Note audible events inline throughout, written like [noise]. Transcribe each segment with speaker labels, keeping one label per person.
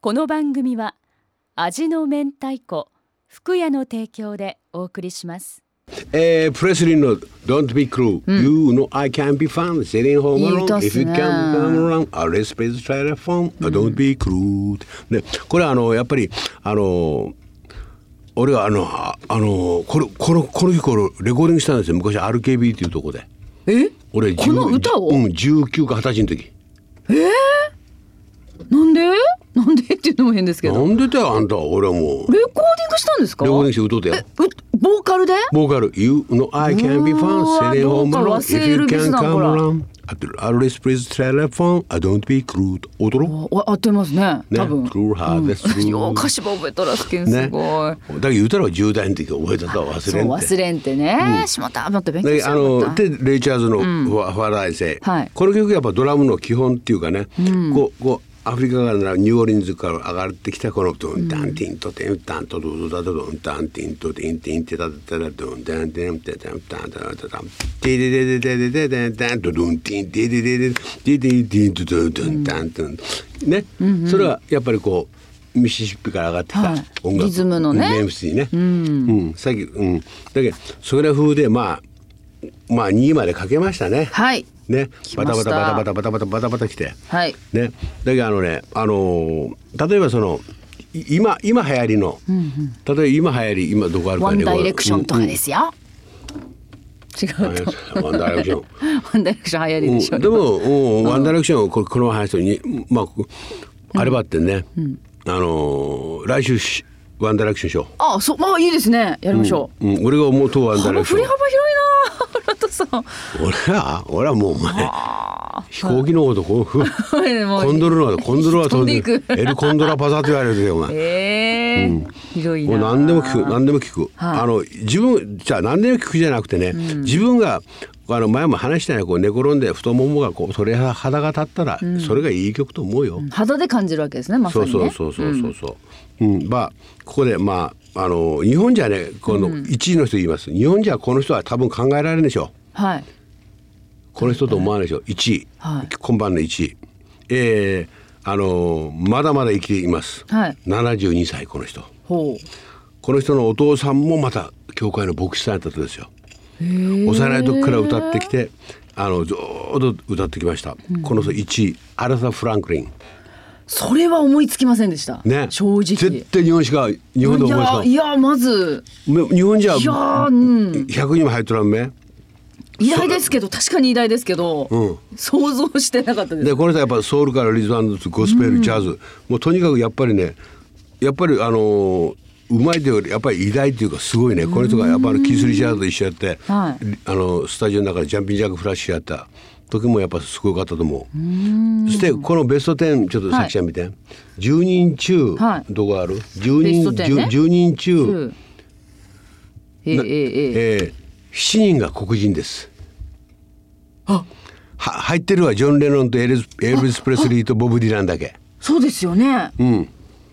Speaker 1: この番組は味の明太子福屋の提供でお送りします
Speaker 2: えー、プレスリーの Don't be cruel、You know I can't be found sitting home
Speaker 3: いい
Speaker 2: alone
Speaker 3: 歌っ
Speaker 2: if
Speaker 3: す
Speaker 2: you
Speaker 3: ね
Speaker 2: can't come around always please try to phone、Don't be cruel ねこれはあのやっぱりあの俺はあのああのこれこのこの日これレコーディングしたんですよ昔 RKB っていうとこで
Speaker 3: え
Speaker 2: 俺
Speaker 3: この
Speaker 2: 10
Speaker 3: 歌を
Speaker 2: うん19か20歳の時
Speaker 3: なんでなんでっていうのも変ですけ
Speaker 2: な
Speaker 3: ど
Speaker 2: んでだよあんたは俺はもう
Speaker 3: レコーディングしたんですか
Speaker 2: レコーディングして歌うてよ
Speaker 3: うボーカルで
Speaker 2: ボーカル You know I can't be
Speaker 3: う
Speaker 2: found
Speaker 3: わー
Speaker 2: sitting home
Speaker 3: ボーカル
Speaker 2: alone
Speaker 3: は
Speaker 2: if
Speaker 3: セー
Speaker 2: you
Speaker 3: ルビス
Speaker 2: can't
Speaker 3: だ
Speaker 2: come
Speaker 3: これ
Speaker 2: around always please try to phone I don't be cruel 踊ろう
Speaker 3: お合ってますね
Speaker 2: ね、
Speaker 3: 多分、
Speaker 2: クールハーです。クール
Speaker 3: よう歌詞も覚えとらすけん
Speaker 2: ね
Speaker 3: すご
Speaker 2: だ
Speaker 3: い、
Speaker 2: けど言うたら10代の時覚えたとは忘
Speaker 3: そう
Speaker 2: れんって。
Speaker 3: 忘れんってね、しまったもっと勉強
Speaker 2: だ
Speaker 3: し
Speaker 2: け
Speaker 3: よ
Speaker 2: どあ
Speaker 3: うか
Speaker 2: の
Speaker 3: った
Speaker 2: でレイチャーズのファ「ファライセ」
Speaker 3: はい
Speaker 2: この曲やっぱドラムの基本っていうかね、こうこうアフリカからニューオリンズから上がってきたこのドンタンティントテンタントドドダドドンタンティントティンティンテタタタドンタンテンテタンタンタタタンティデデデデデデデンタントドンティンティデデデデデデディントドンドンタントンね、それはやっぱりこうミシシッピから上がってきた
Speaker 3: はい
Speaker 2: 音楽、
Speaker 3: リズムのね
Speaker 2: メンフィスにね、うんさっき、うん、だけどそれ風でまあまあ2位までかけましたね。
Speaker 3: はい
Speaker 2: ね
Speaker 3: き
Speaker 2: バ
Speaker 3: ま
Speaker 2: タ
Speaker 3: し
Speaker 2: バタバ
Speaker 3: た
Speaker 2: タバタバタバタバタバタ来て。
Speaker 3: はい
Speaker 2: ね、だけどあのね、あのー例えばそのい今今流行りの、例えば今流行り今どこあるか。
Speaker 3: ワンダイレクションとかですすよ、違うと
Speaker 2: うんうんワンダイレクション。
Speaker 3: ワンダイレクション流行りでしょ、
Speaker 2: うんでも、うんワンダイレクションをここの話にまあこあればってね、あのー来週しワンダイレクションしよ
Speaker 3: あそうまあいいですねやりましょう、
Speaker 2: う。うん、俺が思うとワンダイレ
Speaker 3: 幅
Speaker 2: クショ
Speaker 3: 振
Speaker 2: ン
Speaker 3: り。幅広いなラトさん
Speaker 2: 俺は俺はもうお前飛行機のことこうふ
Speaker 3: もう
Speaker 2: コンドル
Speaker 3: [laughs]
Speaker 2: のことコンドルは飛んで
Speaker 3: 飛んでい
Speaker 2: エルコンドラパザと言われるよお
Speaker 3: [laughs]
Speaker 2: 前。
Speaker 3: ええ広い
Speaker 2: も
Speaker 3: な
Speaker 2: う何でも聞く何でも聞く、
Speaker 3: はい
Speaker 2: あの自分じゃあ何でも聞くじゃなくてね、自分があの前も話したようにこう寝転んで太ももがこうそれ肌が立ったら、それがいい曲と思うよ、
Speaker 3: 肌で感じるわけですねま
Speaker 2: そ
Speaker 3: さに
Speaker 2: う
Speaker 3: ね
Speaker 2: そうそうそうそうそう、うんまあここでまああの日本じゃねこの1位の人言います、日本じゃこの人は多分考えられるでしょう
Speaker 3: はい
Speaker 2: この人と思わないでしょ1位、
Speaker 3: はい
Speaker 2: 今晩の1位えー、あのーまだまだ生きています、
Speaker 3: はい
Speaker 2: 72歳この人
Speaker 3: ほう
Speaker 2: この人のお父さんもまた教会の牧師さんやった人ですよ幼い時から歌ってきてあのずーっと歌ってきました、この人1位アラサ・フランクリン
Speaker 3: それは思いつきませんでした、
Speaker 2: ね
Speaker 3: 正直
Speaker 2: 絶対日本しか日本で思い
Speaker 3: い
Speaker 2: つか
Speaker 3: や
Speaker 2: ない
Speaker 3: いやまず
Speaker 2: め日本じゃ
Speaker 3: いやーうん
Speaker 2: 100人も入っとらんめ
Speaker 3: 偉大ですけど確かに偉大ですけど、
Speaker 2: うん
Speaker 3: 想像してなかったです
Speaker 2: でこの人はやっぱソウルからリズムゴスペル、ジャズもうとにかくやっぱりねやっぱりあのーうまいというよりやっぱり偉大というかすごいね、この人がやっぱりキース・リチャードと一緒やって、
Speaker 3: は
Speaker 2: あのスタジオの中でジャンピングジャックフラッシュやった時もやっぱすごかったと思うそしてこのベスト10ちょっとさきちゃん見て、10人中、
Speaker 3: はい
Speaker 2: どこある10
Speaker 3: ベスト
Speaker 2: 人
Speaker 3: 10ね
Speaker 2: 10, 10人中、
Speaker 3: うんええええええ
Speaker 2: えー、7人が黒人です。は入ってるはジョン・レノンとエルスエルビス・プレスリーとボブ・ディランだけ。
Speaker 3: そうですよね、
Speaker 2: ん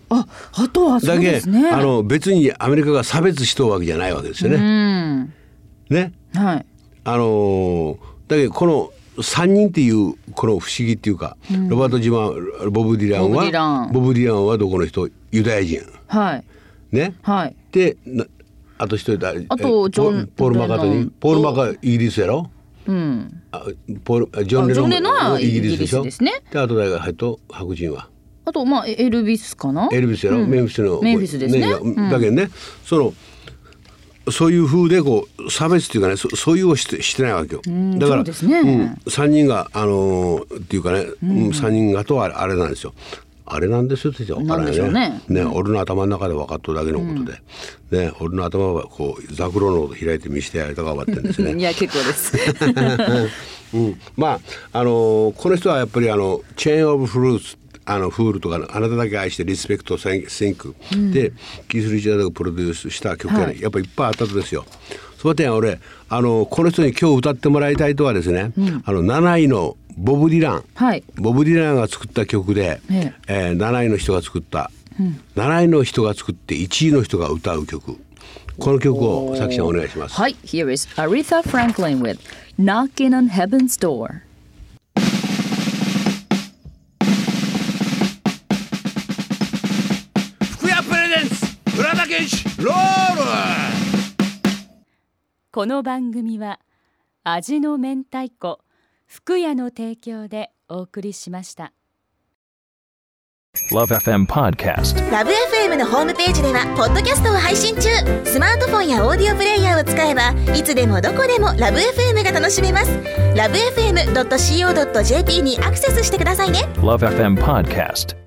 Speaker 3: ああとはそ
Speaker 2: だ
Speaker 3: うで
Speaker 2: け、
Speaker 3: すね
Speaker 2: あの別にアメリカが差別しとうわけじゃないわけですよ
Speaker 3: う
Speaker 2: ね。
Speaker 3: ん
Speaker 2: ね、
Speaker 3: はい
Speaker 2: あのーだけどこの3人っていうこの不思議っていうか、ロバート・ジマンボブ・ディラン
Speaker 3: ボブディラ
Speaker 2: は
Speaker 3: ン
Speaker 2: ボブ・ディランはどこの人ユダヤ人
Speaker 3: はい
Speaker 2: ね。
Speaker 3: はい
Speaker 2: でなあと一人だ
Speaker 3: あと
Speaker 2: え
Speaker 3: ジョン
Speaker 2: ポール・マカートニ
Speaker 3: レ
Speaker 2: ー
Speaker 3: ノン
Speaker 2: ポール・マカーイギリスやろ
Speaker 3: うん
Speaker 2: あポールジョン・
Speaker 3: あ
Speaker 2: レ
Speaker 3: ジョ
Speaker 2: ノ
Speaker 3: ン
Speaker 2: ン
Speaker 3: レノンは
Speaker 2: もイギリスでし
Speaker 3: イ
Speaker 2: ょ
Speaker 3: ギリスですね
Speaker 2: であと誰が入っと白人は
Speaker 3: あとまあエエルビスかな
Speaker 2: エルビスやろ、
Speaker 3: うん
Speaker 2: メンフィスの
Speaker 3: メンフィスですねうん
Speaker 2: だけどねそのそういう風でこう差別っていうかねそそういうをしてしてないわけよ、だから
Speaker 3: そうですね
Speaker 2: うん、3人があのーっていうかね、うん、3人がとはあれあれなんですよあれなんですよって言ってわからない
Speaker 3: なんでしょ
Speaker 2: ね俺の頭の中で分かっただけのことで、ね俺の頭はこうザクロのこと開いて見せてやりたかわってん
Speaker 3: [laughs]
Speaker 2: ですね
Speaker 3: いや結構です。
Speaker 2: うん、まああのーこの人はやっぱりあのチェーンオブフルーツあのフールとかのあなただけ愛してリスペクトセンセンク、でキース・リチャードがプロデュースした曲が、ね
Speaker 3: はい
Speaker 2: やっぱいっぱいあったんですよ。そうやって俺あのこの人に今日歌ってもらいたいとはですね、あの7位のボブ・ディラン、
Speaker 3: はい
Speaker 2: ボブ・ディランが作った曲で、
Speaker 3: え
Speaker 2: えー7位の人が作った、7位の人が作って1位の人が歌う曲この曲をさきちゃんお願いします。
Speaker 3: はい、Here is Aretha Franklin with Knocking on Heaven's Door。
Speaker 4: 「
Speaker 1: この番組は味の明太子福屋の提供でお送りしました。
Speaker 4: Love FM Podcast.
Speaker 5: ラブ f m のホームページではポッドキャストを配信中スマートフォンやオーディオプレイヤーを使えばいつでもどこでもラブ f m が楽しめますラブ FM.co.jp にアクセスしてくださいね
Speaker 4: Love FM Podcast.